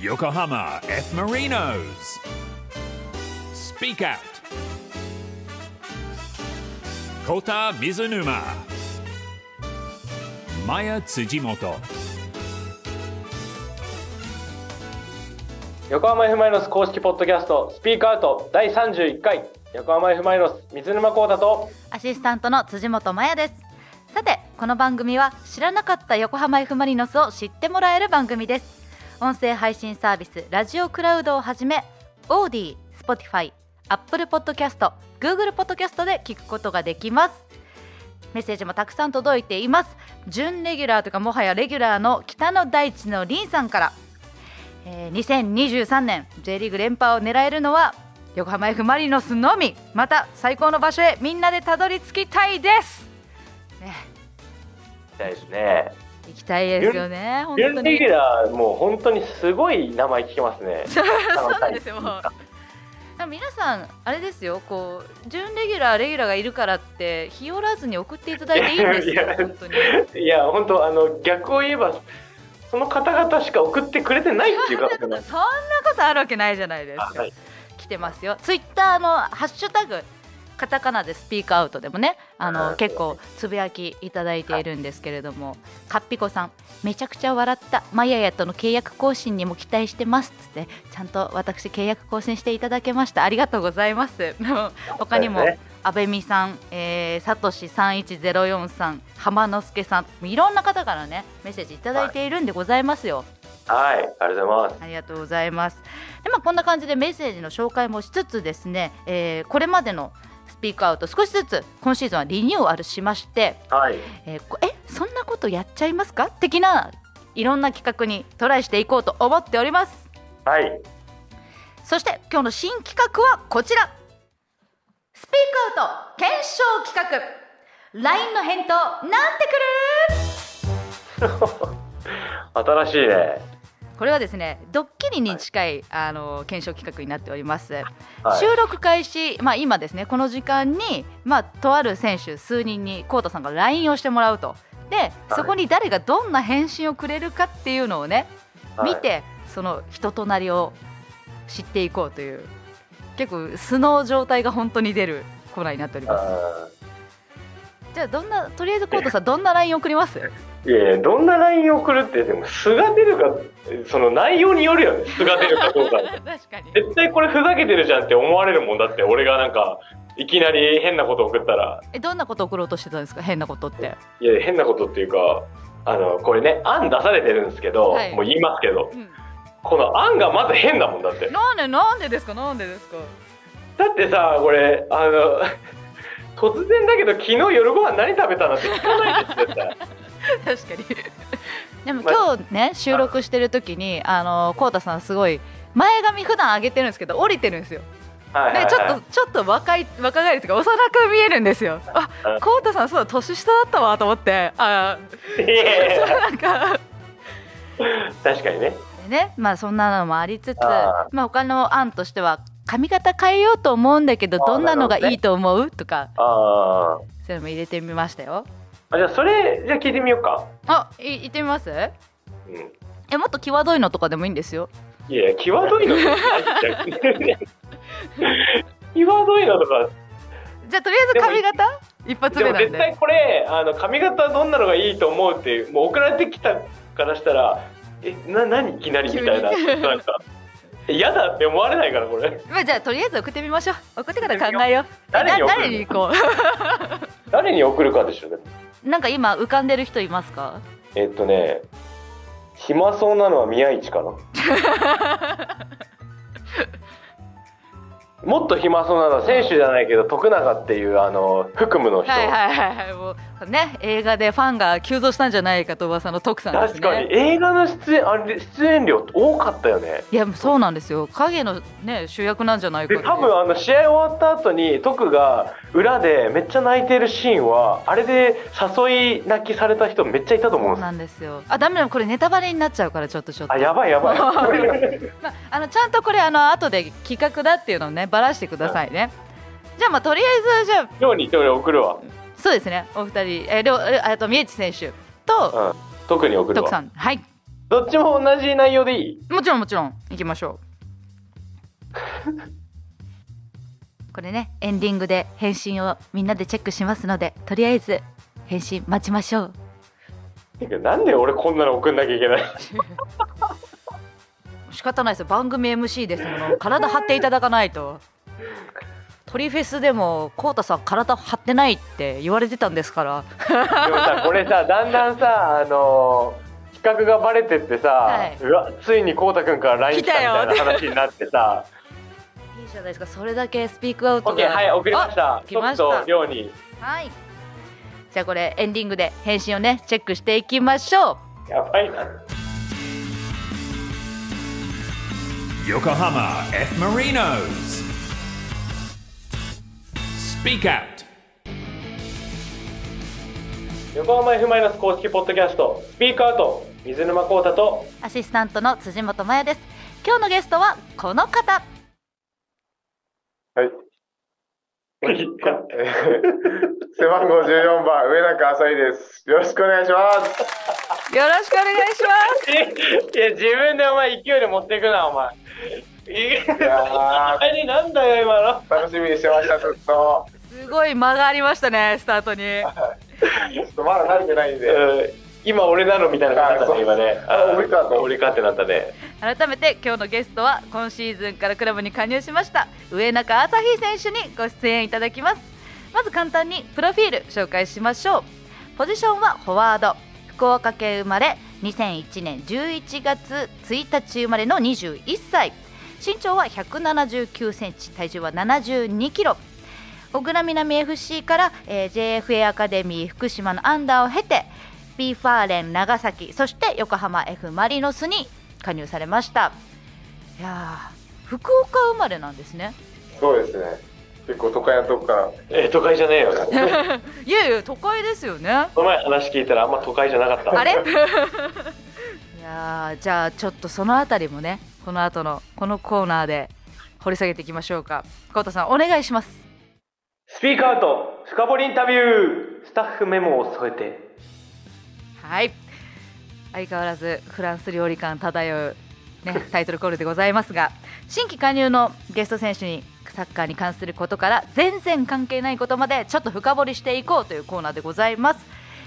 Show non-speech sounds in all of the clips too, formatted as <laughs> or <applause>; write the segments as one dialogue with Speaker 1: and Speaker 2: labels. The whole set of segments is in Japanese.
Speaker 1: Yokohama F. Marinos. Speak Out. Kota Mizunuma. Maya Tsujimoto.
Speaker 2: 横浜 F ・マイノス公式ポッドキャストスピークアウト第31回横浜 F ・マイノス水沼孝太と
Speaker 3: アシスタントの辻本麻也です。さて、この番組は知らなかった横浜 F ・マリノスを知ってもらえる番組です。音声配信サービスラジオクラウドをはじめ、オーディ、スポティファイ、アップルポッドキャスト、グーグルポッドキャストで聞くことができます。メッセージもたくさん届いています。準レギュラーというかもはやレギュラーの北の大地のりんさんから。えー2023年 J リーグ連覇を狙えるのは横浜 F ・マリノスのみまた最高の場所へみんなでたどり着きたいです、ね、
Speaker 2: たいですね
Speaker 3: 行きたいですよね本当
Speaker 2: 準レギュ
Speaker 3: に
Speaker 2: ラーもう本当にすごい名前聞きますね
Speaker 3: <laughs> そうなんですよもう皆さんあれですよこう準レギュラーレギュラーがいるからって日和らずに送っていただいていいんです
Speaker 2: い
Speaker 3: よ
Speaker 2: や
Speaker 3: 本当
Speaker 2: <laughs>
Speaker 3: に
Speaker 2: いや本当あの逆を言えばその方々しか送ってくれてないっていう
Speaker 3: そ
Speaker 2: 形
Speaker 3: ん
Speaker 2: な
Speaker 3: なん
Speaker 2: です
Speaker 3: ことあるわけないじゃないです
Speaker 2: あ
Speaker 3: か
Speaker 2: はい
Speaker 3: 来てますよ。ツイッターのハッシュタグカタカナでスピークアウトでもねあ
Speaker 2: うん
Speaker 3: の結構つぶやきいただいているんですけれども、かっぴこさんめちゃくちゃ笑ったマヤヤとの契約更新にも期待してますっつってちゃんと私契約更新していただけましたありがとうございます <laughs> 他にも
Speaker 2: そうです
Speaker 3: 阿部美さん、えー、さとし3104さん浜之助さんいろんな方からねメッセージいただいているんでございますよ、
Speaker 2: はいありがとうございます
Speaker 3: ありがとうございます。で、まあ、こんな感じでメッセージの紹介もしつつですね、えーこれまでのスピークアウト少しずつ今シーズンはリニューアルしまして、
Speaker 2: はい
Speaker 3: えーこえそんなことやっちゃいますか的ないろんな企画にトライしていこうと思っております。
Speaker 2: はい
Speaker 3: そして今日の新企画はこちらスピークアウト検証企画 LINE の返答なんてくる
Speaker 2: 新しいね
Speaker 3: これはですねドッキリに近い、あの検証企画になっております、
Speaker 2: はい
Speaker 3: 収録開始、まあ、今ですねこの時間に、まあ、とある選手数人にコウタさんが LINE をしてもらうとでそこに誰がどんな返信をくれるかっていうのをね、
Speaker 2: はい
Speaker 3: 見てその人となりを知っていこうという結構素の状態が本当に出るコーナーになっております
Speaker 2: あ
Speaker 3: じゃあどんなとりあえずコウタさんどんな LINE 送
Speaker 2: <laughs>
Speaker 3: ります
Speaker 2: ーいやいやどんな LINE 送るってでも素が出るかその内容によるよね素が出るかどうか
Speaker 3: 確かに
Speaker 2: 絶対これふざけてるじゃんって思われるもんだって俺がなんかいきなり変なこと送ったら
Speaker 3: えどんなこと送ろうとしてたんですか変なことって
Speaker 2: いや変なことっていうかあのこれね案出されてるんですけど、
Speaker 3: はい
Speaker 2: もう言いますけど
Speaker 3: うん
Speaker 2: この案がまず変だもんだって
Speaker 3: なんでなんでですかなんでですか
Speaker 2: だってさこれあの <laughs> 突然だけど昨日夜ご飯何食べたのって聞かないです絶対
Speaker 3: <laughs> 確かにでも
Speaker 2: ま
Speaker 3: 今日ね収録してる時にあのこうたさんすごい前髪普段上げてるんですけど降りてるんですよ
Speaker 2: はいはい、
Speaker 3: で
Speaker 2: はい、
Speaker 3: ちょっとちょっと若い若返りというか幼く見えるんですよあ
Speaker 2: うん
Speaker 3: こうたさんそうだ年下だったわと思ってあ
Speaker 2: いやいやい
Speaker 3: そう
Speaker 2: や
Speaker 3: なんか
Speaker 2: 確かにね
Speaker 3: でねまあそんなのもありつつ
Speaker 2: あ
Speaker 3: まあ他の案としては髪型変えようと思うんだけど
Speaker 2: あー
Speaker 3: どんなの
Speaker 2: な
Speaker 3: が
Speaker 2: るほどね
Speaker 3: いいと思うとか
Speaker 2: あー
Speaker 3: そういうのも入れてみましたよ
Speaker 2: あじゃあそれじゃあ聞いてみようか
Speaker 3: あい行ってみます
Speaker 2: うん
Speaker 3: えもっと際どいのとかでもいいんですよ
Speaker 2: いや、際どいのとかないじゃ
Speaker 3: <laughs>
Speaker 2: ん際どいのとか、
Speaker 3: じゃあとりあえず髪型一発
Speaker 2: で
Speaker 3: 目
Speaker 2: も
Speaker 3: なん
Speaker 2: 絶
Speaker 3: で
Speaker 2: 対これ、あの髪型どんなのがいいと思うっていう、もう送られてきたからしたら、え、な、何いきなりみたいな、
Speaker 3: 急に
Speaker 2: なんか、嫌だって思われないから、これ。
Speaker 3: まあじゃあとりあえず送ってみましょう送ってから考えよう
Speaker 2: 誰に
Speaker 3: な
Speaker 2: 送る
Speaker 3: 誰に行こ
Speaker 2: 誰に送るかでしょ、でも
Speaker 3: う <laughs> なんか今浮かんでる人いますか
Speaker 2: えっとね、暇そうなのは宮市
Speaker 3: <laughs>
Speaker 2: かな。もっと暇そうなのは選手じゃないけど徳永っていうあの含むの人、
Speaker 3: はいはいはいはいもうね映画でファンが急増したんじゃないかと噂の徳さんです
Speaker 2: 確
Speaker 3: ね
Speaker 2: かに映画の出演あれ出演量多かったよね
Speaker 3: いやそうなんですよ影のね主役なんじゃないか
Speaker 2: で多分あの試合終わった後に徳が裏でめっちゃ泣いてるシーンはあれで誘い泣きされた人めっちゃいたと思うんです
Speaker 3: そうなんですよあダメだこれネタバレになっちゃうからちょっとちょっと
Speaker 2: あやばいやばい
Speaker 3: まあ、あのちゃんとこれあの後で企画だっていうのをねばらしてくださいね、じゃあまあとりあえずじゃあ
Speaker 2: 今日に今日に送るわ、
Speaker 3: そうですねお二人えーりょうえーあと宮地選手と、
Speaker 2: うん、特に送る
Speaker 3: 徳
Speaker 2: わ
Speaker 3: さんはい
Speaker 2: どっちも同じ内容でいい
Speaker 3: もちろんもちろん行きましょ <laughs> うこれねエンディングで返信をみんなでチェックしますのでとりあえず返信待ちましょう
Speaker 2: てかなんで俺こんなの送んなきゃいけない
Speaker 3: <laughs> 仕方ないですよ番組 MC ですもの体張っていただかないと鳥フェスでもこうたさん体張ってないって言われてたんですから
Speaker 2: でもさこれさだんだんさあのー企画がバレてってさ、
Speaker 3: はいう
Speaker 2: わついにこうたくんから LINE 来たみたいな話になって
Speaker 3: <laughs>
Speaker 2: さ
Speaker 3: いいじゃないですかそれだけスピークアウトが
Speaker 2: OK はい送りました
Speaker 3: あ来ました
Speaker 2: と寮に
Speaker 3: はいじゃあこれエンディングで返信をねチェックしていきましょう
Speaker 2: やばいな
Speaker 1: Yokohama F. Marinos. Speak Out.
Speaker 2: 横浜 F ・マイナス公式ポッドキャストスピークアウト水沼浩太と
Speaker 3: アシスタントの辻本麻也です今日のゲストはこの方
Speaker 4: はい。 <laughs> 背番号十四番上中浅井です。よろしくお願いします。
Speaker 3: よろしくお願いしま
Speaker 2: <laughs>
Speaker 3: す
Speaker 2: いや自分でお前勢いで持っていくなお前い
Speaker 4: や
Speaker 2: やになんだよ今の
Speaker 4: 楽しみにしてましたずっと。
Speaker 3: すごい間がありましたねスタートに
Speaker 4: ちょっとまだ慣れてないんで。
Speaker 2: うん今俺なのみたいな感じだったね今ね
Speaker 4: ああ俺かと
Speaker 2: 俺かってなったね
Speaker 3: 改めて今日のゲストは今シーズンからクラブに加入しました上中朝日選手にご出演いただきますまず簡単にプロフィール紹介しましょうポジションはフォワード福岡県生まれ2001年11月1日生まれの21歳身長は179センチ体重は72キロ小倉南 FC から、えー JFA アカデミー福島のアンダーを経て B ファーレン長崎そして横浜 F ・マリノスに加入されましたいやー福岡生まれなんですね
Speaker 4: そうですね。結構都会のとこから。
Speaker 2: えー都会じゃねえよ
Speaker 3: いやいや都会ですよね
Speaker 2: この前話聞いたらあんま都会じゃなかった
Speaker 3: あれ <laughs> いやーじゃあちょっとそのあたりもねこの後のこのコーナーで掘り下げていきましょうかコウタさんお願いします
Speaker 2: スピーカーと深掘りインタビュースタッフメモを添えて
Speaker 3: はい相変わらずフランス料理感漂う、ね、 <laughs> タイトルコールでございますが新規加入のゲスト選手にサッカーに関することから全然関係ないことまでちょっと深掘りしていこうというコーナーでございます、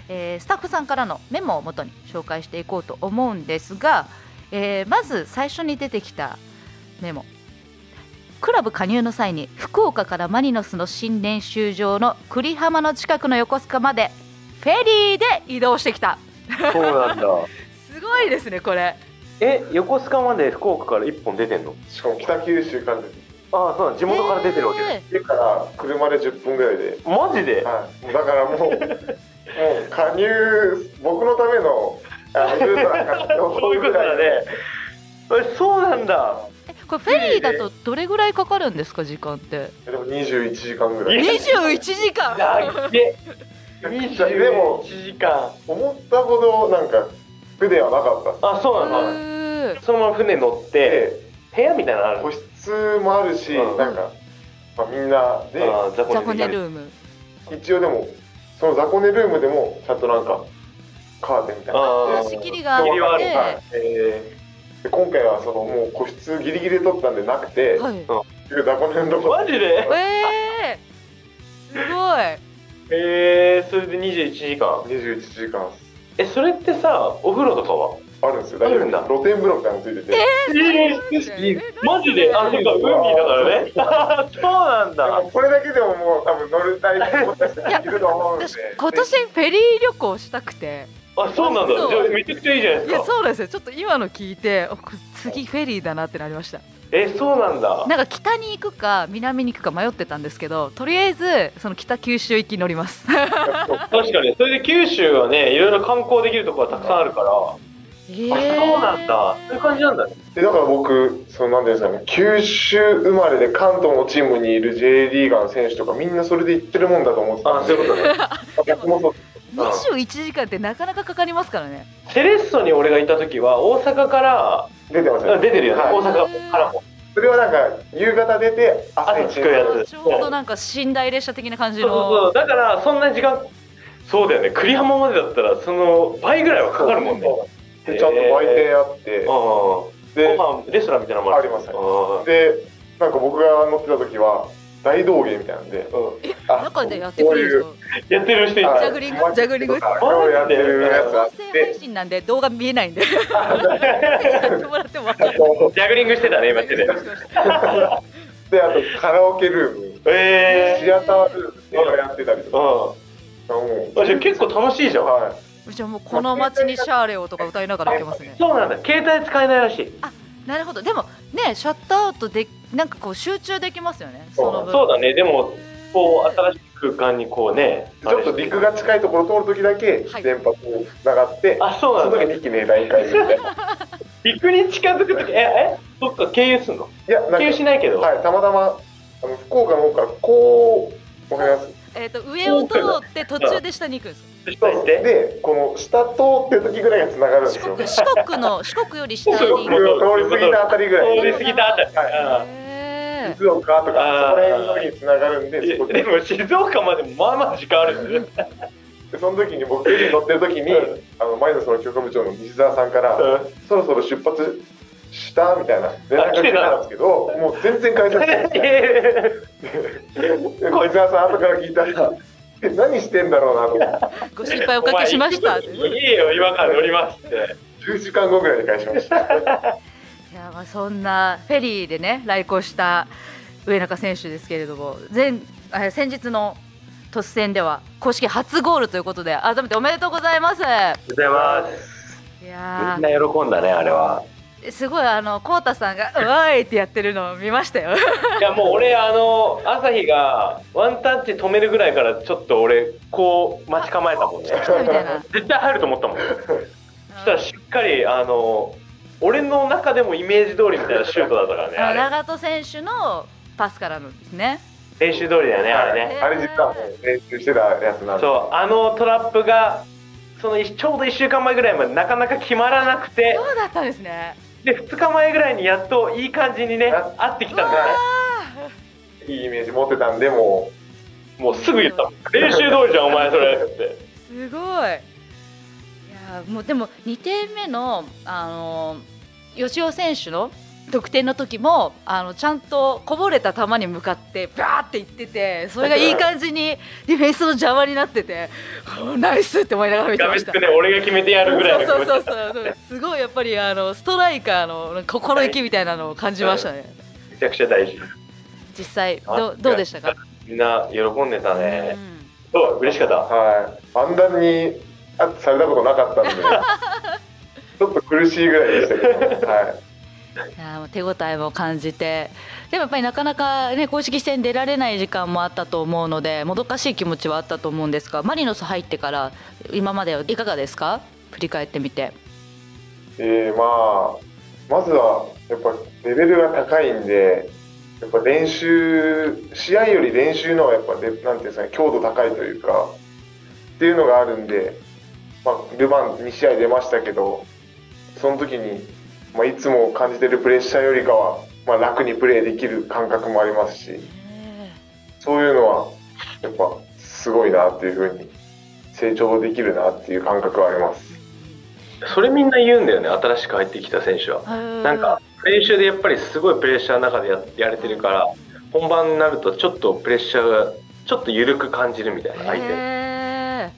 Speaker 3: えースタッフさんからのメモをもとに紹介していこうと思うんですが、えーまず最初に出てきたメモクラブ加入の際に福岡からマリノスの新練習場の栗浜の近くの横須賀までフェリーで移動してきた
Speaker 2: そうなんだ
Speaker 3: すごいですねこれ
Speaker 2: <laughs> え横須賀まで福岡から一本出てんの
Speaker 4: しかも北九州からで
Speaker 2: ああそうなん地元から出てるわけ
Speaker 3: え
Speaker 4: 家から車で十分ぐらいで。
Speaker 2: マジで
Speaker 4: はい。だからもうもう加入僕のためのあのユーザーが
Speaker 2: そういうことだねえそうなんだ
Speaker 3: ーえこれフェリーだとどれぐらいかかるんですか時間って
Speaker 4: でも二十一時間ぐらい。
Speaker 3: 21時間
Speaker 2: だっけ
Speaker 4: でも
Speaker 2: 時間
Speaker 4: 思ったほどなんか苦ではなかった。
Speaker 2: あそううなんだ
Speaker 3: ー
Speaker 2: そのまま船乗って部屋みたいなのある
Speaker 4: 個室もあるし、
Speaker 2: うん
Speaker 4: なんか、まあ、みんなで
Speaker 2: あーザ
Speaker 3: ザ
Speaker 2: コ
Speaker 3: コ
Speaker 2: に
Speaker 3: ネルーム
Speaker 4: 一応でもその雑魚寝ルームでもちゃんとなんかカーテンみたいな
Speaker 2: あー
Speaker 3: 仕切りがあっ
Speaker 2: 仕切りはあ
Speaker 3: て
Speaker 2: る
Speaker 4: はいえーで今回はそのもう個室ギリギリ取ったんでなくて、
Speaker 3: はい
Speaker 4: 雑魚寝のとこ
Speaker 2: マジで
Speaker 3: えー、すご
Speaker 2: えー、それで21時間
Speaker 4: 21時間
Speaker 2: えそれってさお風呂とかは
Speaker 4: あるんですよ
Speaker 2: あるんだ
Speaker 4: 露天風呂みたいなのついてて、
Speaker 2: え
Speaker 3: い
Speaker 2: ーマジであなんか海だから <laughs> ねあーそうなん
Speaker 4: だから
Speaker 2: だ
Speaker 4: これだけでももう多分乗るタイプもいると思うん
Speaker 2: <laughs>
Speaker 4: で
Speaker 3: 私今年フェリー旅行したくて
Speaker 2: あそうなんだ
Speaker 3: そう
Speaker 2: じゃあめちゃくちゃいいじゃない
Speaker 3: い
Speaker 2: です
Speaker 3: や
Speaker 2: か
Speaker 3: そうなんですよちょっと今の聞いておこれ次フェリーだなってなりました
Speaker 2: えそうなんだ
Speaker 3: なんか北に行くか南に行くか迷ってたんですけどとりあえずその北九州行き乗ります
Speaker 2: 確かにそれで九州はねいろいろ観光できるところがたくさんあるからあ
Speaker 3: え
Speaker 2: そうなんだそういう感じなんだね
Speaker 4: でだから僕そのなんていうんですかね九州生まれで関東のチームにいる J リーガーの選手とかみんなそれで行ってるもんだと思ってた
Speaker 2: あそういうことね
Speaker 4: と僕もそう
Speaker 3: 21時間ってなかなかかかりますからね
Speaker 2: セレッソに俺がいた時は大阪から
Speaker 4: 出てます
Speaker 2: あ
Speaker 4: よね
Speaker 2: 出てるよね、
Speaker 4: はい
Speaker 2: 大阪からも
Speaker 4: それはなんか夕方出て朝
Speaker 2: 朝
Speaker 4: 一
Speaker 2: 着くやつ
Speaker 3: ちょうどなんか寝台列車的な感じ
Speaker 2: そうそうそ
Speaker 3: の
Speaker 2: うだからそんな時間そうだよね栗浜までだったらその倍ぐらいはかかるもんね
Speaker 4: そうでちゃんと売店あって、で
Speaker 2: ご飯レストランみたいなのもある
Speaker 4: ありますあり
Speaker 2: あ
Speaker 4: でなんか僕が乗ってた時は大道芸みたいなんで
Speaker 2: ーうん
Speaker 4: あ
Speaker 3: 中でやってくれるんですか
Speaker 2: やってる人い
Speaker 4: あ
Speaker 2: た
Speaker 3: ジャグリング
Speaker 4: お祭り
Speaker 3: ジャグリング
Speaker 4: とかこれをやってるやつあっ
Speaker 3: 音声配
Speaker 4: て
Speaker 3: 信なんで動画見えない
Speaker 2: <laughs>
Speaker 3: んでやってもらっても
Speaker 4: あと
Speaker 2: ジャグリングしてたね今手で
Speaker 4: であとカラオケルーム
Speaker 2: え
Speaker 4: シアタールームとかやってたりと
Speaker 2: ー、
Speaker 4: か
Speaker 2: あ
Speaker 4: も
Speaker 2: あじゃあ結構楽しいじゃん、
Speaker 4: は
Speaker 3: じゃあもうこの街にシャーレをとか歌いながら行けますね
Speaker 2: そうなんだ携帯使えないらしい
Speaker 3: <laughs> なるほどでもねシャットアウトでなんかこう集中できますよねその分
Speaker 2: そうだねでもこう新しい空間にこうね
Speaker 4: いちょっと陸が近いところ通る時だけ
Speaker 3: はい
Speaker 4: 電波つながって、
Speaker 2: あそうな
Speaker 4: そ
Speaker 2: ん
Speaker 4: の
Speaker 2: だ
Speaker 4: 時に一気に大回みたいない
Speaker 2: 陸に近づくときええどっか経由すんの
Speaker 4: やなんか
Speaker 2: 経由しないけど、
Speaker 4: はい、たまたまあの福岡の方からこうわかります
Speaker 3: えっ、と上を通って途中で下に行くんです
Speaker 2: い、下行って
Speaker 4: でこの下通ってる時ぐらいがつながるんです
Speaker 3: 四
Speaker 4: <laughs> よ
Speaker 3: 国四国の四国より下に
Speaker 4: 四
Speaker 2: そう
Speaker 4: 国
Speaker 2: そう
Speaker 4: を通り過ぎたあたりぐら
Speaker 2: 通
Speaker 4: い
Speaker 2: り過ぎたあたりか
Speaker 3: へ
Speaker 4: 静岡とかそこ
Speaker 2: あー
Speaker 4: ら辺の時につながるん
Speaker 2: ら、い
Speaker 4: で
Speaker 2: や
Speaker 4: そこ
Speaker 2: で
Speaker 4: で
Speaker 2: も静岡までもまあまあ時間あるんだよね
Speaker 4: でその時に僕に乗ってる時に
Speaker 2: うん
Speaker 4: あの前のその教科部長の西澤さんから、 <laughs> そろそろ出発したみたいな連絡が来たんですけどもう全然返さなくて <laughs> で西澤さん後から聞いたらえ何してんだろうなと思って
Speaker 3: ーご心配おかけしました
Speaker 2: いいよ今から乗りますって
Speaker 4: 10時間後ぐらいに返しました
Speaker 3: いやまあそんなフェリーでね来航した上中選手ですけれども前えー先日の突戦では公式初ゴールということで改めておめでとうございますい
Speaker 2: ございます
Speaker 3: や
Speaker 2: みんな喜んだねあれは
Speaker 3: ーすごいあのコウタさんが「うわーい!」ってやってるのを見ましたよ
Speaker 2: いやもう俺あの朝日がワンタッチ止めるぐらいからちょっと俺こう待ち構えたもんね
Speaker 3: 来たみたいな
Speaker 2: 絶対入ると思ったもんそしたらしっかりあの俺の中でもイメージ通りみたいなシュートだったからね
Speaker 3: あの
Speaker 2: あれ
Speaker 3: 長門選手のパスからのですね
Speaker 2: 練習通りだよねあれね
Speaker 4: あれ実はもう練習してたやつなんで
Speaker 2: そうあのトラップがそのちょうど1週間前ぐらいまでなかなか決まらなくて
Speaker 3: そうだったんですね
Speaker 2: で2日前ぐらいにやっといい感じにね
Speaker 4: あ
Speaker 2: 合ってきたんだよね
Speaker 4: いいイメージ持ってたんでも
Speaker 2: もうすぐ言ったもん練習通りじゃんお前それって
Speaker 3: すごいいやーもうでも2点目の、あのー吉尾選手の得点の時もあのちゃんとこぼれた球に向かってバーっていっててそれがいい感じにディフェンスの邪魔になってておーナイスって思いながら見て
Speaker 2: ガ
Speaker 3: ま
Speaker 2: メ
Speaker 3: し
Speaker 2: つ
Speaker 3: た。
Speaker 2: くね俺が決めてやるぐらいの気持ち
Speaker 3: そうそうそうそうすごいやっぱりあのストライカーの心意気みたいなのを感じましたね、
Speaker 2: めちゃくちゃ大事
Speaker 3: 実際どうどうでしたか、
Speaker 2: みんな喜んでたね
Speaker 3: うん
Speaker 2: そう嬉しかった
Speaker 4: はいあんなにアップされたことなかったんでちょっと苦しいぐらいでしたけど、はい、
Speaker 3: いやーもう手応えも感じてでもやっぱりなかなか、ね、公式戦出られない時間もあったと思うのでもどかしい気持ちはあったと思うんですがマリノス入ってから今まではいかがですか振り返ってみて
Speaker 4: えーまあまずはやっぱレベルが高いんでやっぱ練習試合より練習の方がやっぱでなんていうんですかね強度高いというかっていうのがあるんで、まあ、ルヴァン2試合出ましたけどその時に、まあ、いつも感じてるプレッシャーよりかは、まあ、楽にプレーできる感覚もありますし。そういうのはやっぱすごいなっていうふうに成長できるなっていう感覚はあります。
Speaker 2: それみんな言うんだよね新しく入ってきた選手は
Speaker 3: な
Speaker 2: なんか練習でやっぱりすごいプレッシャーの中でややれてるから本番になるとちょっとプレッシャーがちょっと緩く感じるみたいな相手に
Speaker 3: へ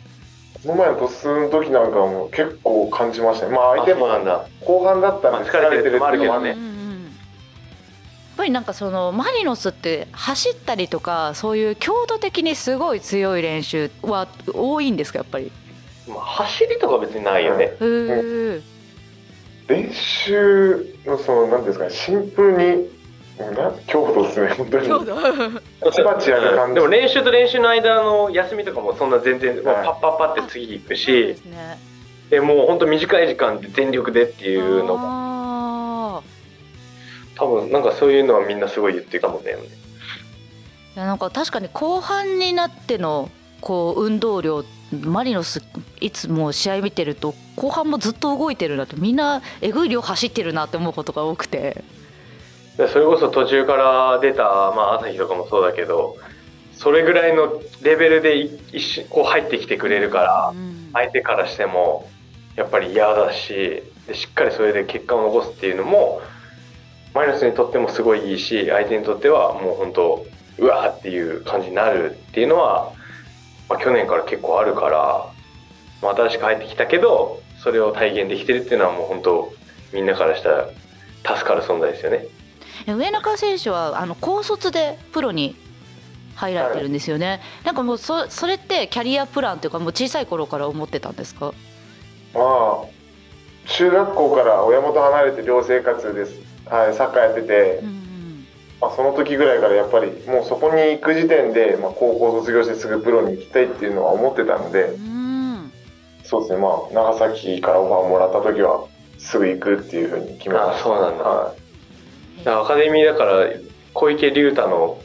Speaker 4: その前の突進の時なんかも結構感じましたね。まあ
Speaker 2: あ
Speaker 4: 相手
Speaker 2: そう
Speaker 4: も
Speaker 2: なんだ
Speaker 4: 後半だったんで
Speaker 2: まあ疲れてる
Speaker 4: っていうのもあ
Speaker 2: ね
Speaker 3: ねやっぱりなんかそのマリノスって走ったりとかそういう強度的にすごい強い練習は多いんですかやっぱり
Speaker 2: まあ走りとか別にないよね
Speaker 3: うー
Speaker 4: 練習のその何ですかねシンプルにな強度です
Speaker 2: <laughs>
Speaker 4: ね本当に。
Speaker 3: 強度
Speaker 4: バチバチやる感じ
Speaker 2: でも練習と練習の間の休みとかもそんな全然、まあ
Speaker 4: はい
Speaker 2: パッパッパって次行く
Speaker 3: そうで
Speaker 2: し
Speaker 3: すね
Speaker 2: でもうほんと短い時間で全力でっていうのも
Speaker 3: あー
Speaker 2: 多分なんかそういうのはみんなすごい言ってたもんね
Speaker 3: いやなんか確かに後半になってのこう運動量マリノスいつも試合見てると後半もずっと動いてるなってみんなえぐい量走ってるなって思うことが多くて
Speaker 2: でそれこそ途中から出た、まあ、朝日とかもそうだけどそれぐらいのレベルでい一瞬こう入ってきてくれるから
Speaker 3: うん
Speaker 2: 相手からしてもやっぱり嫌だしでしっかりそれで結果を残すっていうのもマリノスにとってもすごいいいし相手にとってはもう本当うわーっていう感じになるっていうのは、まあ、去年から結構あるから、まあ、新しく入ってきたけどそれを体現できてるっていうのはもう本当みんなからしたら助かる存在ですよね。
Speaker 3: 上中選手はあの高卒でプロに入られてるんですよね、なんかもうそそれってキャリアプランというかもう小さい頃から思ってたんですか
Speaker 4: まあ中学校から親元離れて寮生活です、はい、サッカーやってて、
Speaker 3: うん
Speaker 4: まあ、その時ぐらいからやっぱりもうそこに行く時点で、まあ、高校卒業してすぐプロに行きたいっていうのは思ってたので
Speaker 3: うん
Speaker 4: そうですねまあ長崎からオファーもらった時はすぐ行くっていうふうに決めま
Speaker 2: あ
Speaker 4: し
Speaker 2: そうなん
Speaker 4: た
Speaker 2: だ、
Speaker 4: は
Speaker 2: だからアカデミーだから小池龍太の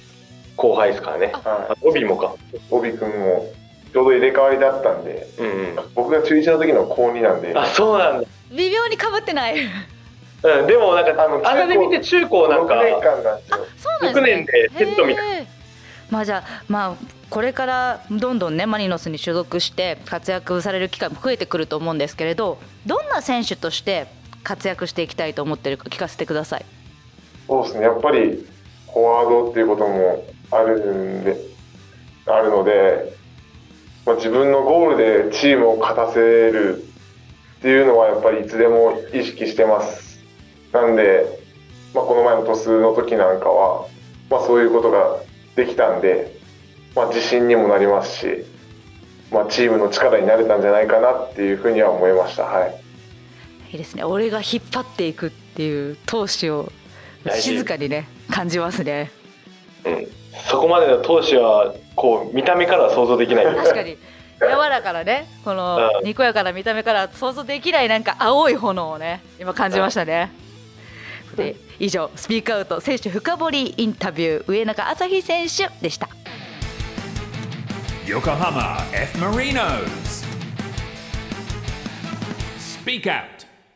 Speaker 2: 後輩ですからね
Speaker 4: い、は
Speaker 2: あ帯もか
Speaker 4: い、帯君もちょうど入れ替わりだったんで
Speaker 2: うんうん
Speaker 4: 僕が中1の時の高2なんで
Speaker 2: あそうなん
Speaker 3: 微妙にかぶってない
Speaker 2: だ、うん、でもなんか
Speaker 4: あの
Speaker 2: アカデミーって中高なんか
Speaker 4: 6年間なんですよ
Speaker 3: そうなんですね
Speaker 2: 6年でセットみた
Speaker 3: へーまあじゃあまあこれからどんどんねマリノスに所属して活躍される機会も増えてくると思うんですけれどどんな選手として活躍していきたいと思ってるか聞かせてください
Speaker 4: そうですね、やっぱりフォワードっていうこともあるんで、あるので、まあ、自分のゴールでチームを勝たせるっていうのは、やっぱりいつでも意識してます。なんで、まあ、この前の鳥栖の時なんかは、まあ、そういうことができたんで、まあ、自信にもなりますし、まあ、チームの力になれたんじゃないかなっていうふうには思いました。はい
Speaker 3: いいですね俺が引っ張っていくっていう闘志を
Speaker 2: 大事
Speaker 3: 静かにね感じますね
Speaker 2: そこまでの投資はこう見た目からは想像できない
Speaker 3: 確かに柔らかなねこの
Speaker 2: うん
Speaker 3: にこやかな見た目から想像できないなんか青い炎をね今感じましたねで以上スピークアウト選手深掘りインタビュー上中朝日選手でした
Speaker 1: Yokohama F. Marinos. Speak Out.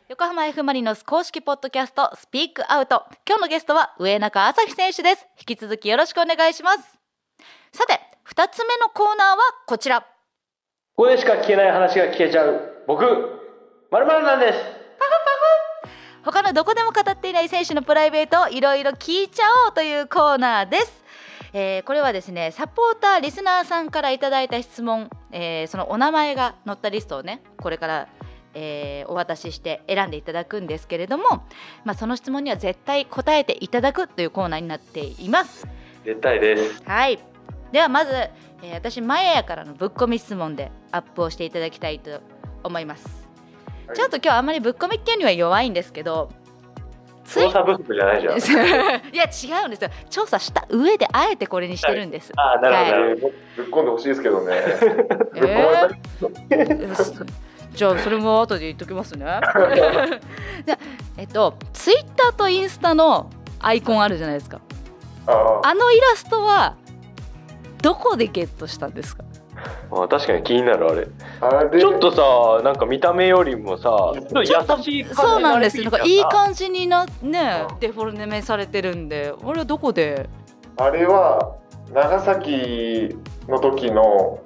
Speaker 3: 横浜 F ・マリノス公式ポッドキャストスピークアウト今日のゲストは上中朝日選手です引き続きよろしくお願いしますさて2つ目のコーナーはこちら
Speaker 2: ここでしか聞けない話が聞けちゃう僕まるまるなんです
Speaker 3: 他のどこでも語っていない選手のプライベートをいろいろ聞いちゃおうというコーナーです。えーこれはですねサポーターリスナーさんからいただいた質問、えーそのお名前が載ったリストをねこれから、えーお渡しして選んでいただくんですけれども、まあ、その質問には絶対答えていただくというコーナーになっています。
Speaker 2: 絶対です
Speaker 3: はいではまず、えー私マヤヤからのぶっこみ質問でアップをしていただきたいと思います。
Speaker 4: はい
Speaker 3: ちょっと今日あんまりぶっこみ権利は弱いんですけどツイ
Speaker 2: 操作不足じゃないじゃん
Speaker 3: <laughs> いや違うんですよ調査した上であえてこれにしてるんです、
Speaker 2: ああなるほどなる
Speaker 4: えーぶっ込んでほしいですけどね。ぶっ込まれた
Speaker 3: え
Speaker 4: い
Speaker 3: ー <laughs> じゃあそれも後で言っとき
Speaker 4: <laughs>
Speaker 3: ますねじゃあえっとツイッターとインスタのアイコンあるじゃないですか
Speaker 4: ああ
Speaker 3: あのイラストはどこでゲットしたんですか
Speaker 2: ほどあ確かに気になるあれ
Speaker 4: あれ
Speaker 2: ちょっとさなんか見た目よりもさちょっと優しい感じ
Speaker 3: そうなんです
Speaker 2: に
Speaker 3: なん
Speaker 2: れ
Speaker 3: か
Speaker 2: てき
Speaker 3: いい
Speaker 2: た
Speaker 3: 感じになね
Speaker 4: うん
Speaker 3: デフォルメされてるんで俺はどこで
Speaker 4: あれは長崎の時の、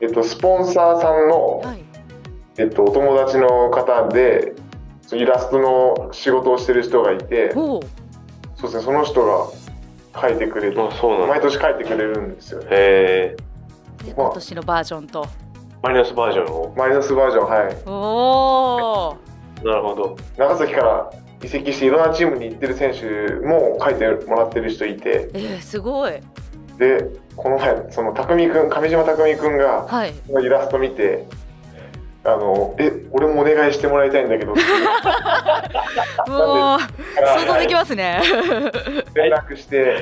Speaker 4: えっと、スポンサーさんの、
Speaker 3: はい
Speaker 4: えっと、お友達の方でそのイラストの仕事をしてる人がいて
Speaker 3: おう
Speaker 4: そうです、ね、その人が描いてくれて
Speaker 2: あそうなんだ
Speaker 4: 毎年描いてくれるんですよね
Speaker 2: へえ
Speaker 3: で今年のバージョンと
Speaker 2: マリノスバージョンを
Speaker 4: マイナスバージョンはい
Speaker 3: おお
Speaker 2: なるほど
Speaker 4: 長崎から移籍していろんなチームに行ってる選手も描いてもらってる人いて
Speaker 3: えー、すごい
Speaker 4: でこの前その匠君上島匠君が
Speaker 3: はい
Speaker 4: そのイラスト見てあのえ俺もお願いしてもらいたいんだけ
Speaker 2: <laughs>
Speaker 4: どって
Speaker 3: もう想像できます <laughs> ね。
Speaker 4: 連絡して、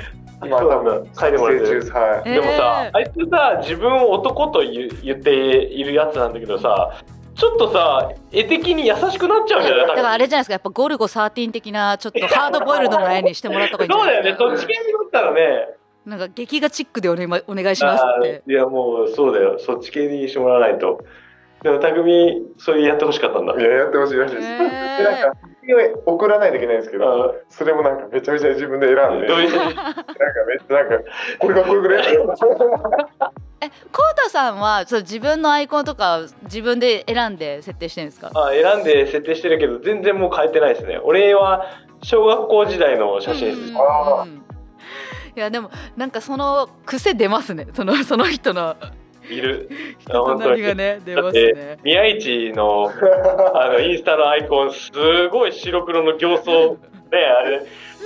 Speaker 4: 今多分
Speaker 2: 書いてもらってる
Speaker 4: 中はい。
Speaker 2: でもさ、
Speaker 3: えー
Speaker 2: あいつさ自分を男と言う言っているやつなんだけどさちょっとさ絵的に優しくなっちゃうんじゃない
Speaker 3: だからあれじゃないですか、やっぱゴルゴ13的なちょっとハードボイルドの絵にしてもらった方がいいんじ
Speaker 2: そ
Speaker 3: ゃ
Speaker 2: う
Speaker 3: な
Speaker 2: だ
Speaker 3: い
Speaker 2: よね
Speaker 3: ですか。
Speaker 2: そっち系になったらね
Speaker 3: なんか劇画チックでお,、ね、お願いしますって。
Speaker 2: あーいやもうそうだよそっち系にしてもらわないとでも匠それやってほしかったんだ
Speaker 4: いや、やってほしいらしいです。でなんか、送らないといけないんですけど、
Speaker 2: う
Speaker 4: それもなんか、めちゃ
Speaker 2: <laughs>
Speaker 4: めちゃ自分で選んで、なんか、
Speaker 2: ん
Speaker 4: めっちゃなんか、これがこれぐらい。
Speaker 3: え、コウタさんはそう自分のアイコンとか自分で選んで設定してるんですか。
Speaker 2: あ選んで設定してるけど全然もう変えてないですね俺は小学校時代の写真です、
Speaker 3: うんうんうんいやでもなんかその癖出ますね。その <laughs> その人の
Speaker 2: いる
Speaker 3: <laughs> 人となりがね出
Speaker 2: だ
Speaker 3: ま
Speaker 2: っ
Speaker 3: す
Speaker 2: て
Speaker 3: ね。
Speaker 2: 宮市のあのインスタのアイコンすごい白黒の形相ねあれ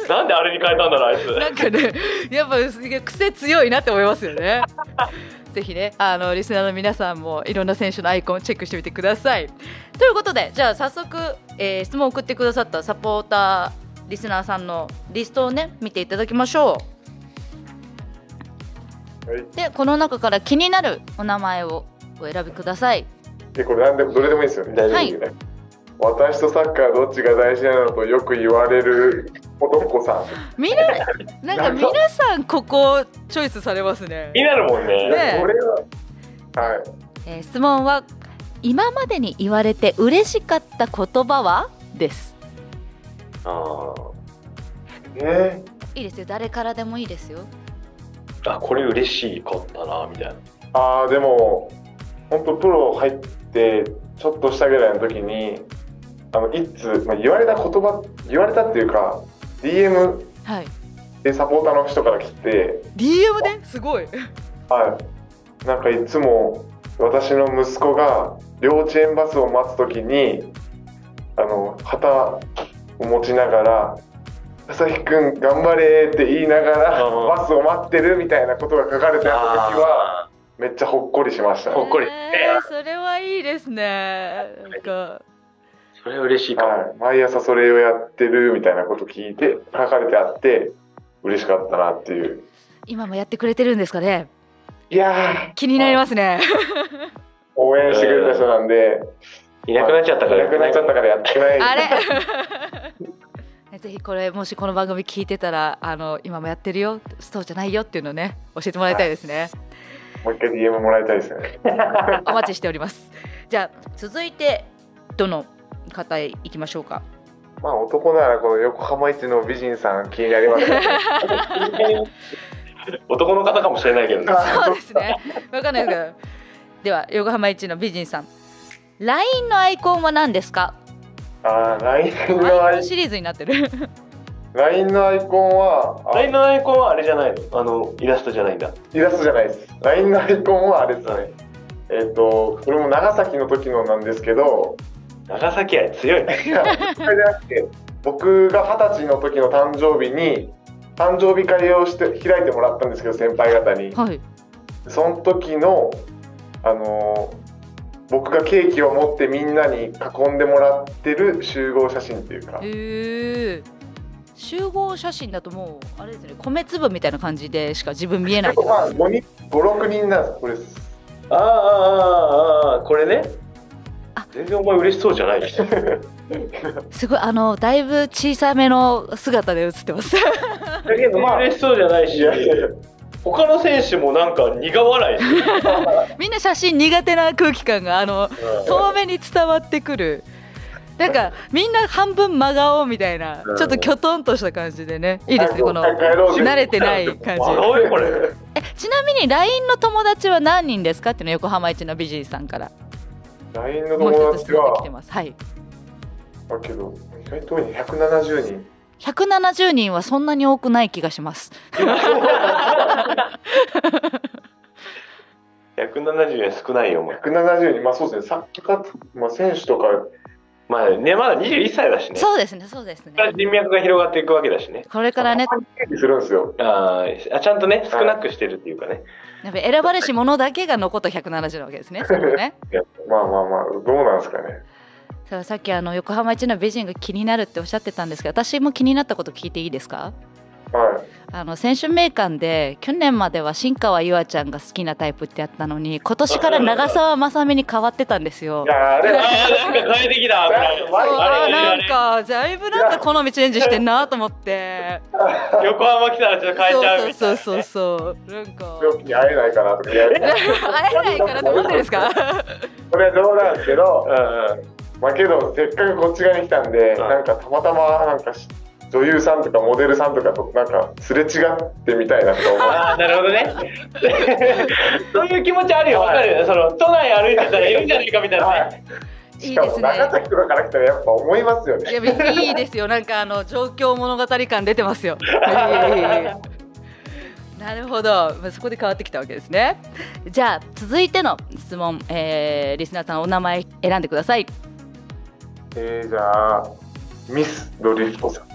Speaker 2: なんであれに変えたんだろうあいつ
Speaker 3: なんかね、やっぱ癖強いなって思いますよ <laughs> ね。ぜひね、あのリスナーの皆さんもいろんな選手のアイコンチェックしてみてください。ということで、じゃあ早速、えー質問を送ってくださったサポーターリスナーさんのリストをね見ていただきましょう。
Speaker 4: はい
Speaker 3: で、この中から気になるお名前をお選びください。
Speaker 4: でこれ何でもどれでもいいですよね。
Speaker 2: 大
Speaker 3: 丈夫はい
Speaker 4: 私とサッカーどっちが大事なのとよく言われる男さん。
Speaker 3: みんな、なんか皆さんここチョイスされますね。
Speaker 2: 気になるもんね
Speaker 4: い
Speaker 3: ねえ
Speaker 4: やこれは、はい。
Speaker 3: えー質問は今までに言われて嬉しかった言葉はです
Speaker 2: あ
Speaker 4: ね
Speaker 3: いいですよ誰からでもいいですよ
Speaker 2: ーあこれ嬉しいかったなみたいな
Speaker 4: ああでも本当プロ入ってちょっとしたぐらいの時にあの一通、まあ、言われた言葉言われたっていうか DM
Speaker 3: はい
Speaker 4: でサポーターの人から来て
Speaker 3: DM ですごい
Speaker 4: はいなんかいつも私の息子が幼稚園バスを待つ時にあの旗を持ちながら「佐々木くん頑張れ」って言いながら
Speaker 2: うん
Speaker 4: バスを待ってるみたいなことが書かれてあった時はめっちゃほっこりしましたね
Speaker 2: ほっこり
Speaker 3: えーそれはいいですねなんか
Speaker 2: それは嬉しいかも、
Speaker 4: はい、毎朝それをやってるみたいなこと聞いて書かれてあって嬉しかったなっていう
Speaker 3: 今もやってくれてるんですかね
Speaker 4: いやー
Speaker 3: 気になりますね
Speaker 4: 応援してくれた人なんで、
Speaker 2: い、なくなっちゃったから
Speaker 4: いなくなっちゃったからやってない
Speaker 3: あ <laughs> れぜひこれもしこの番組聞いてたらあの今もやってるよそうじゃないよっていうのをね教えてもらいたいですね
Speaker 4: もう一回 DM もらいたいですね
Speaker 3: お待ちしております。じゃあ続いてどの方へ行きましょうか。
Speaker 4: まあ男ならこの横浜市の美人さん気になりますね
Speaker 2: 男の方かもしれないけどね
Speaker 3: そうですね。わかんないですけど。では横浜一の美人さん。LINE のアイコンは何ですか
Speaker 4: <laughs> あー LINE のア
Speaker 3: ?LINE
Speaker 4: イ
Speaker 3: シリーズになってる。
Speaker 4: LINE のアイコンはあ
Speaker 2: LINE のアイコンはあれじゃないのあのイラストじゃないんだ
Speaker 4: イラストじゃないです LINE のアイコンはあれですねえっ、とこれも長崎の時のなんですけど
Speaker 2: 長崎愛強いね
Speaker 4: いやそれじゃなくて僕が二十歳の時の誕生日に誕生日会をして開いてもらったんですけど先輩方に
Speaker 3: はい。
Speaker 4: その時のあのー僕がケーキを持ってみんなに囲んでもらってる集合写真っていうか
Speaker 3: えー、集合写真だともうあれですね米粒みたいな感じでしか自分見 <laughs> えないってこ
Speaker 4: ま
Speaker 3: と
Speaker 4: あ
Speaker 3: です。
Speaker 4: 5人56人なんですこ
Speaker 2: あ
Speaker 4: れ
Speaker 2: ーあーあーあーこれね
Speaker 3: あ
Speaker 2: 全然お前嬉しそうじゃない
Speaker 3: すごいあのだいぶ小さめの姿で写ってます。
Speaker 2: だけど、まあ、嬉しそうじゃないし他の選手もなんか苦笑いしてる、
Speaker 3: みんな写真苦手な空気感があの遠目に伝わってくるなんかみんな半分真顔みたいな
Speaker 2: うん
Speaker 3: ちょっときょとんとした感じでねいいですねこの
Speaker 4: 早く帰ろうぜ
Speaker 3: 慣れてない感じ
Speaker 2: 笑うよこれ
Speaker 3: えちなみに LINE の友達は何人ですかっていうのを横浜一の美人さんから
Speaker 4: LINE の
Speaker 3: もう
Speaker 4: 友
Speaker 3: 一つ
Speaker 4: 達
Speaker 3: 伝わってきて
Speaker 4: は
Speaker 3: ますはい
Speaker 4: だけど意外と170人
Speaker 3: 170人はそんなに多くない気がします
Speaker 2: 170円少ないよお前
Speaker 4: 170人まあそうですねサッカーと、まあ、選手とか
Speaker 2: まあねまだ21歳だしねこ
Speaker 3: そうですねそうですね
Speaker 2: れから人脈が広がっていくわけだしね
Speaker 3: これからね
Speaker 4: ケーキするんですよ
Speaker 2: あーあちゃんとね少なくしてるっていうかね
Speaker 3: やっぱ選ばれし者だけが残った170なわけですねそれはね
Speaker 4: まあまあまあどうなんですかね
Speaker 3: さあさっきあの横浜一の美人が気になるっておっしゃってたんですけど私も気になったこと聞いていいですか
Speaker 4: はい
Speaker 3: あの選手名鑑で去年までは新川優愛ちゃんが好きなタイプってやったのに今年から長澤まさみに変わってたんですよ
Speaker 4: い。やあれ
Speaker 2: ああなんか大敵だ
Speaker 4: そう
Speaker 3: そう
Speaker 2: あれ
Speaker 3: な
Speaker 2: あ
Speaker 3: ん
Speaker 2: れ
Speaker 3: かだいぶなんか好みチェンジしてんなと思って
Speaker 2: 横浜来たらちょっと変えちゃうみたいな、ね、
Speaker 3: そうそうそうそうなんか
Speaker 4: 病気に会えないかなとかやる
Speaker 3: 会えないからと思ってるんですか
Speaker 4: これは冗談ですけど
Speaker 2: うんうん
Speaker 4: まあけどせっかくこっち側に来たんで
Speaker 2: うん
Speaker 4: なんかたまたまなんかし女優さんとかモデルさんとかとなんかすれ違ってみたいなとか思う
Speaker 2: ああなるほど <laughs> ねそういう気持ちあるよわかるよその都内歩いてたらいるんじゃないかみたいなね
Speaker 3: い
Speaker 4: し
Speaker 3: い
Speaker 4: か
Speaker 3: で
Speaker 4: も
Speaker 3: すね
Speaker 4: 長崎とかから来たらやっぱ思いますよね
Speaker 3: いやいいいですよなんかあの状況物語感出てますよ <laughs> なるほどまあそこで変わってきたわけですねじゃあ続いての質問、えー、リスナーさんお名前選んでください
Speaker 4: えー、じゃあミスドリフトさん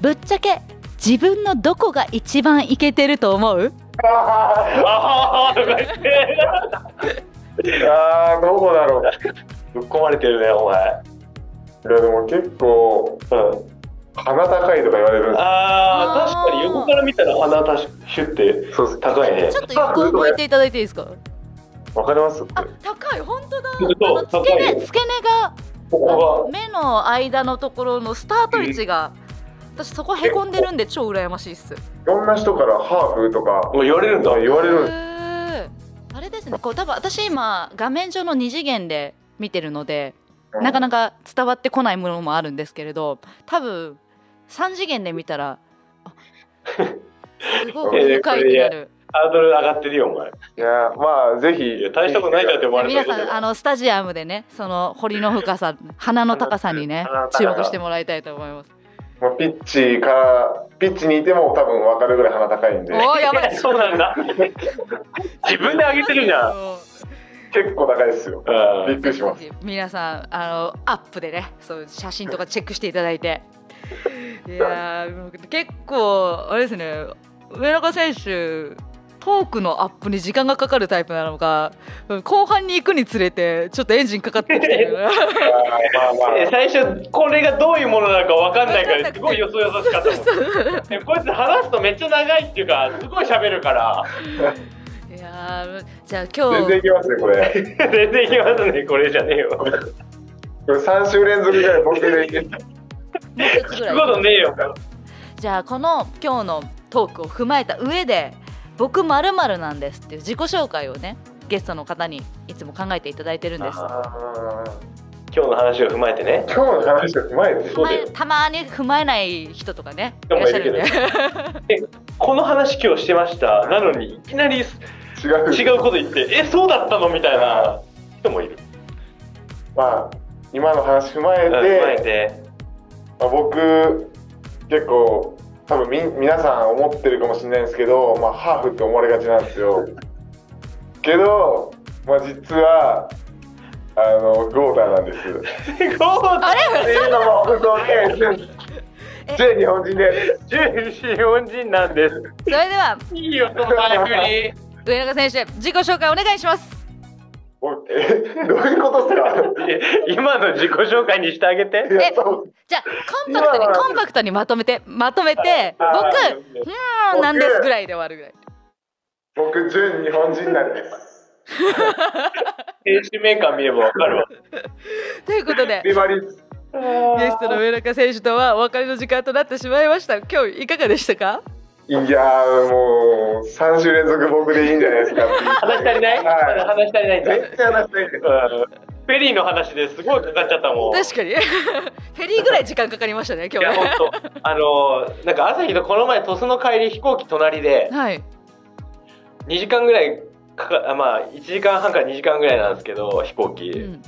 Speaker 3: ぶっちゃけ自分のどこが一番イケてると思う
Speaker 2: ああとか言って
Speaker 4: あーどこだろう
Speaker 5: ぶっ込まれてるねお前
Speaker 4: いやでも結構
Speaker 5: うん
Speaker 4: 鼻高いとか言われるんで
Speaker 2: ああ
Speaker 3: あー
Speaker 2: 確かに横から見たら
Speaker 5: 鼻たしヒュって
Speaker 4: すそうです
Speaker 5: 高いね
Speaker 3: ちょっと横向いていただいていいですか
Speaker 4: わかります
Speaker 3: あ高い本当だ
Speaker 2: そう
Speaker 3: あの付け
Speaker 2: 高い
Speaker 3: 根
Speaker 2: よ
Speaker 3: 付け根が
Speaker 5: ここ
Speaker 3: 目の間のところのスタート位置が私そこへこんでるんで超羨ましいっす
Speaker 4: いろんな人からハーフとか
Speaker 5: がもう言われるんだ
Speaker 4: 言われるんです
Speaker 3: へーあれですねこう多分私今画面上の二次元で見てるので
Speaker 4: うん
Speaker 3: なかなか伝わってこないものもあるんですけれど多分三次元で見たらあすごい深いってなる
Speaker 5: ハードル上がってるよお前
Speaker 4: いやまあぜひ
Speaker 5: いや大したことないじゃんって思われ
Speaker 3: 皆
Speaker 5: てる
Speaker 3: さんあのスタジアムでねその堀の深さ鼻の高さにね
Speaker 4: 鼻の高
Speaker 3: 注
Speaker 4: さ
Speaker 3: 目してもらいたいと思います
Speaker 4: まあ、ピッチからピッチにいても多分分かるぐらい鼻高いんで
Speaker 3: おおやばい
Speaker 2: <laughs> そうなんだ自分で上げてるじゃん
Speaker 4: 結構高いですよ
Speaker 5: う
Speaker 4: びっ
Speaker 5: ん
Speaker 4: くりします
Speaker 3: 皆さんあのアップでねそう写真とかチェックしていただい
Speaker 4: <laughs>
Speaker 3: ていやーもう結構あれですね上中選手トークのアップに時間がかかるタイプなのか後半に行くにつれてちょっとエンジンかかってきてる
Speaker 4: <laughs> まあまあまあ
Speaker 2: え最初これがどういうものなのかわかんないからすごいよそよそしかったもんえこいつ話すとめっちゃ長いっていうかすごい喋るから
Speaker 3: いやーじゃあ
Speaker 4: 全
Speaker 3: 今
Speaker 4: 然い
Speaker 3: 日
Speaker 4: けますねこれ
Speaker 2: 全然いきますねこれじゃねえよ
Speaker 4: これ3週連続ぐらいボケでいける
Speaker 3: もう一つぐ
Speaker 2: 聞くこ
Speaker 3: らい
Speaker 2: とねえよ
Speaker 3: じゃあこの今日のトークを踏まえた上で僕まるなんですっていう自己紹介をねゲストの方にいつも考えていただいてるんです
Speaker 4: あー
Speaker 5: 今日の話を踏まえてね
Speaker 4: 今日の話がうまいです
Speaker 5: そうだよ
Speaker 3: まあたまに踏まえない人とかねい
Speaker 5: 人
Speaker 3: ら
Speaker 5: も
Speaker 3: っ
Speaker 5: い
Speaker 3: しゃ
Speaker 5: る
Speaker 3: る
Speaker 5: け
Speaker 3: ん
Speaker 5: ど
Speaker 3: で
Speaker 5: この話今日してましたなのにいきなり違う
Speaker 4: 違う
Speaker 5: こと言ってえそうだったのみたいな人もいる
Speaker 4: まあ今の話踏まえ
Speaker 5: 踏まえ
Speaker 4: て、
Speaker 5: て
Speaker 4: まあ、僕結構多分み皆さん思ってるかもしれないんですけど、まあ、ハーフって思われがちなんで
Speaker 2: <laughs>
Speaker 4: すよけど、まあ、実はあのゴーダーなんです
Speaker 2: ゴー
Speaker 3: あれ
Speaker 4: っていうのも嘘で純日本人です
Speaker 2: 純日本人なん
Speaker 4: <laughs>
Speaker 2: です
Speaker 3: それではい
Speaker 2: いよそのタイプ
Speaker 3: 上中選手自己紹介お願いします
Speaker 4: おえどういうことですか
Speaker 2: に今の自己紹介にしてあげて
Speaker 4: いやそう
Speaker 3: じゃあコンパクト
Speaker 4: 今
Speaker 3: に
Speaker 4: は
Speaker 3: コンパクトにまとめてまとめて僕
Speaker 2: あ
Speaker 3: うーんなんですぐらいで終わるぐらい
Speaker 4: 僕純日本人なんです
Speaker 2: 選手名鑑見ればわかるわ
Speaker 3: ということで
Speaker 4: ビバリーズ
Speaker 3: ゲストの上中選手とはお別れの時間となってしまいました今日いかがでしたか
Speaker 4: いやーもう3週連続僕でいいんじゃないですかっていう
Speaker 2: 話足りないま
Speaker 4: はい
Speaker 2: だ話足りないんだ
Speaker 4: 全然話したいです
Speaker 2: うんフェリーの話ですごいかかっちゃったもん
Speaker 3: 確かに <laughs> フェリーぐらい時間かかりましたね今
Speaker 2: いや
Speaker 3: 日ね
Speaker 2: 本当あのーなんか朝日とこの前鳥栖の帰り飛行機隣で
Speaker 3: はい
Speaker 2: 2時間ぐらいかかあまあ1時間半から2時間ぐらいなんですけど飛行機、
Speaker 3: うん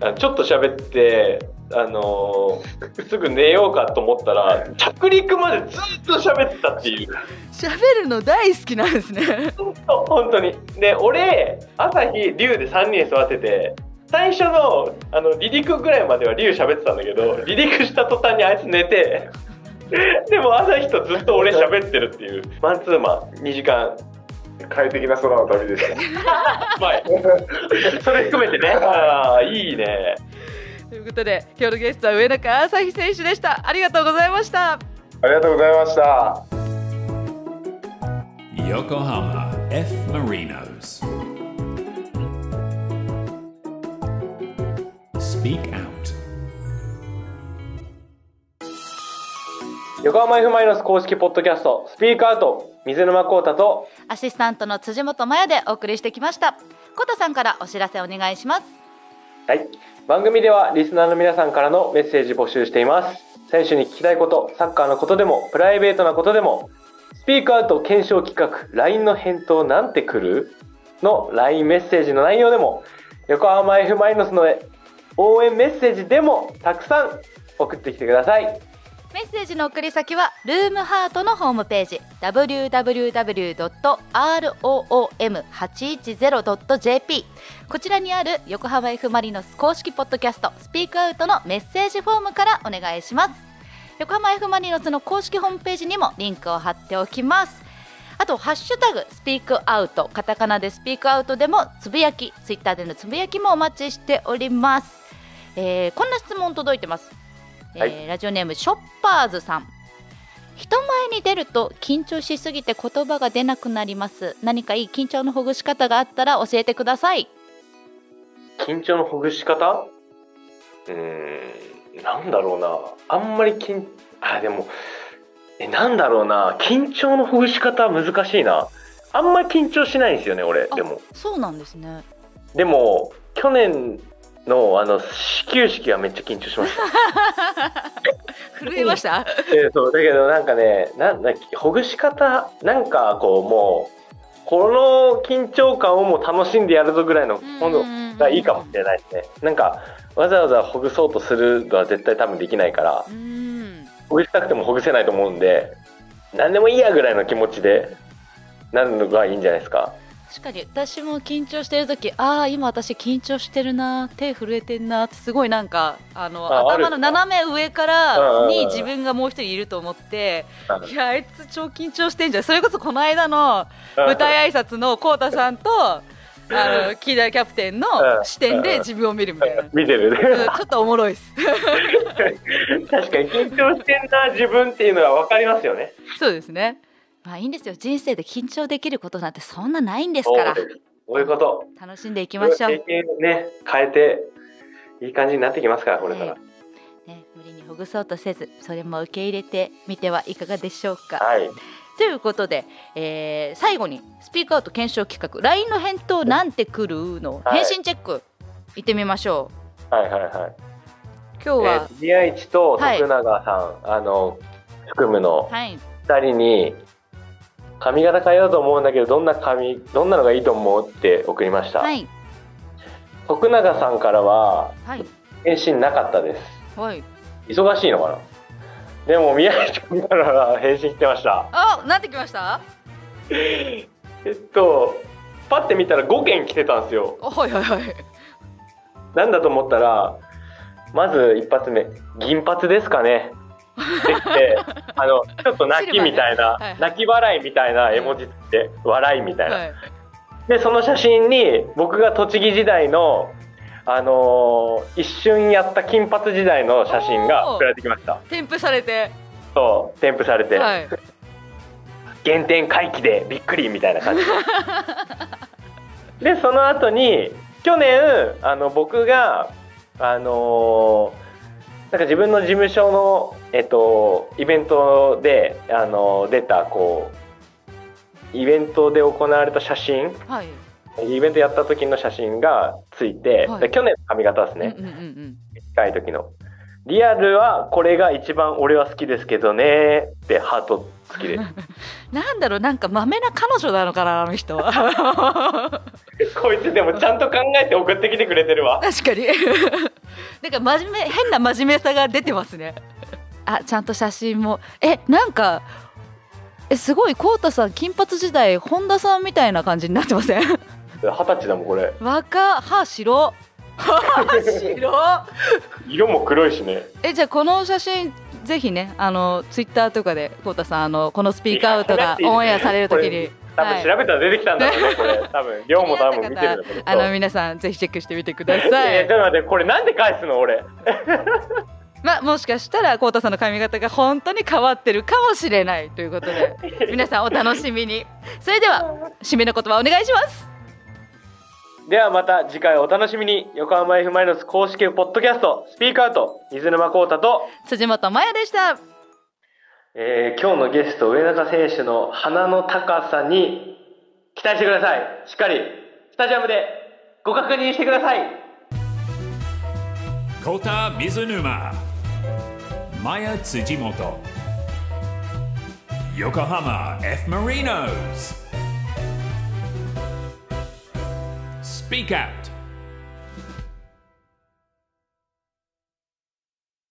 Speaker 2: あちょっと喋ってあの
Speaker 3: <laughs>
Speaker 2: ーすぐ寝ようかと思ったら着陸までずっと喋ってたっていう
Speaker 3: 喋るの大好きなんですね
Speaker 2: 本当にで俺朝日龍で3人育てて最初のあの離陸ぐらいまでは龍喋ってたんだけど離陸した途端にあいつ寝てでも朝日とずっと俺喋ってるっていうマンツーマン2時間
Speaker 4: 快適な空の旅でした
Speaker 2: 前それ含めてねああいいね
Speaker 3: ということで今日のゲストは上中朝日選手でしたありがとうございました
Speaker 4: ありがとうございました。
Speaker 1: Yokohama F. Marinos. Speak Out.
Speaker 2: 横浜 F ・マイノス公式ポッドキャストスピークアウト水沼孝太と
Speaker 3: アシスタントの辻本麻也でお送りしてきました。コタさんからお知らせお願いします。
Speaker 2: はい、番組ではリスナーの皆さんからのメッセージ募集しています
Speaker 6: 選手に聞きたいことサッカーのことでもプライベートなことでもスピークアウト検証企画 LINE の返答なんて来るの LINE メッセージの内容でも横浜 F ・マリノスの応援メッセージでもたくさん送ってきてください
Speaker 3: メッセージの送り先はルームハートのホームページ www.room810.jp こちらにある横浜 F ・マリノス公式ポッドキャストスピークアウトのメッセージフォームからお願いします横浜 F ・マリノスの公式ホームページにもリンクを貼っておきますあと「ハッシュタグスピークアウト」カタカナでスピークアウトでもつぶやきツイッターでのつぶやきもお待ちしております、えーこんな質問届いてますえー
Speaker 6: はい
Speaker 3: ラジオネームショッパーズさん人前に出ると緊張しすぎて言葉が出なくなります何かいい緊張のほぐし方があったら教えてください
Speaker 6: 緊張のほぐし方
Speaker 2: うーん、なんだろうな。あんまり緊、あ、でも、え、なんだろうな。緊張のほぐし方は難しいな。あんまり緊張しないんですよね、俺。
Speaker 3: あ
Speaker 2: でも。
Speaker 3: そうなんですね
Speaker 2: でも、去年の、あの、始球式はめっちゃ緊張しま <laughs> した。
Speaker 3: 震えました
Speaker 2: えーそう、だけどなんかね、なんだっけほぐし方、なんかこう、もう、この緊張感をもう楽しんでやるぞぐらいの、今度がいいかもしれないですね。なんか、わざわざほぐそうとするのは絶対多分できないから、
Speaker 3: うん
Speaker 2: ほぐしたくてもほぐせないと思うんで、何でもいいやぐらいの気持ちで、なるのがいいんじゃないですか。
Speaker 3: 確かに私も緊張してる時ああ今私緊張してるな手震えてんなってすごいなんかあの
Speaker 2: あある
Speaker 3: 頭の斜め上か
Speaker 2: うんうん
Speaker 3: ら
Speaker 2: うん
Speaker 3: に自分がもう一人いると思って
Speaker 2: うん
Speaker 3: いやあいつ超緊張してんじゃんそれこそこの間の
Speaker 2: <laughs>
Speaker 3: 舞台挨拶のコウタさんとあのキーダーキャプテンの
Speaker 2: うん
Speaker 3: 視点で自分を見るみた
Speaker 2: <laughs>
Speaker 3: いなうん
Speaker 2: 見てるね。
Speaker 3: ちょっとおもろいっす <laughs>
Speaker 2: 確かに緊張してんな、自分っていうのは分かりますよね。
Speaker 3: そうですねまあいいんですよ人生で緊張できることなんてそんなないんですから
Speaker 2: そうですそういうこと。
Speaker 3: 楽しんでいきましょう
Speaker 2: 経験をね、変えて、いい感じになってきますから、これから。
Speaker 3: はいね、無理にほぐそうとせずそれも受け入れてみてはいかがでしょうか。
Speaker 2: はい。
Speaker 3: ということで、えー最後にスピークアウト検証企画 LINE の返答なんてくるの
Speaker 2: はい
Speaker 3: 返信チェック、行ってみましょう。
Speaker 2: はいはいはい。
Speaker 3: 今日は、
Speaker 2: えー、DH と
Speaker 3: はい
Speaker 2: 徳永さん、あの、含むの
Speaker 3: はい、
Speaker 2: 二人に、髪型変えようと思うんだけど、どんな髪、どんなのがいいと思うって送りました。
Speaker 3: はい、
Speaker 2: 徳永さんからは
Speaker 3: はい、
Speaker 2: 返信なかったです
Speaker 3: はい。
Speaker 2: 忙しいのかなでも宮内君からは返信来てました
Speaker 3: あ、なってきました。
Speaker 2: えっとパッて見たら5件来てたんですよ
Speaker 3: あはいはいはい。
Speaker 2: なんだと思ったらまず一発目銀髪ですかねってきて
Speaker 3: <laughs>
Speaker 2: あのちょっと泣きみたいな、
Speaker 3: シルバーねはいはい
Speaker 2: 泣き笑いみたいな絵文字って笑いみたいな、
Speaker 3: はい、
Speaker 2: でその写真に僕が栃木時代のあのー一瞬やった金髪時代の写真が送られてきました
Speaker 3: 添付されて、
Speaker 2: そう添付されて、
Speaker 3: はい、
Speaker 2: 原点回帰でびっくりみたいな感
Speaker 3: <laughs>
Speaker 2: じででその後に去年あの僕があのーなんか自分の事務所の、えっと、イベントで、あのー出たこうイベントで行われた写真
Speaker 3: はい、
Speaker 2: イベントやった時の写真がついて、
Speaker 3: はい
Speaker 2: で去年の髪型ですね、
Speaker 3: うんうんうん
Speaker 2: 近い時のリアルはこれが一番俺は好きですけどねーってハート好
Speaker 3: <laughs>
Speaker 2: きです
Speaker 3: うん。なんだろう、なんかまめな彼女なのかな、あの人は。
Speaker 6: こいつでもちゃんと考えて送ってきてくれてるわ
Speaker 3: 確かに <laughs> なんか真面目変な真面目さが出てますねあちゃんと写真もえなんかえすごいコウタさん金髪時代本田さんみたいな感じになってません <laughs>
Speaker 2: 二十歳だもんこれ
Speaker 3: 若歯白歯白
Speaker 2: 色も黒いしね
Speaker 3: えじゃあこの写真ぜひねあのツイッターとかでコウタさんあのこのスピーカーアウ
Speaker 2: <laughs>
Speaker 3: トがオンエアされるとき
Speaker 2: い
Speaker 3: に
Speaker 2: 多分調べたら出てきたんだろうね、これ多分量も多分見てるん
Speaker 3: <laughs>
Speaker 2: だと思う
Speaker 3: あの皆さんぜひチェックしてみてくださ
Speaker 2: え
Speaker 3: い
Speaker 2: ーちょっと待ってこれなんで返すの俺
Speaker 3: まあ、もしかしたらコウタさんの髪型が本当に変わってるかもしれないということで皆さんお楽しみにそれでは締めの言葉お願いします
Speaker 2: ではまた次回お楽しみに横浜 F ・マイノス公式ポッドキャストスピークアウト水沼宏太と、
Speaker 3: 辻本麻也でした
Speaker 2: えー今日のゲスト上中選手の鼻の高さに期待してくださいしっかりスタジアムでご確認してください
Speaker 1: Kota Mizunuma. Maya Tsujimoto. Yokohama F. Marinos. Speak Out.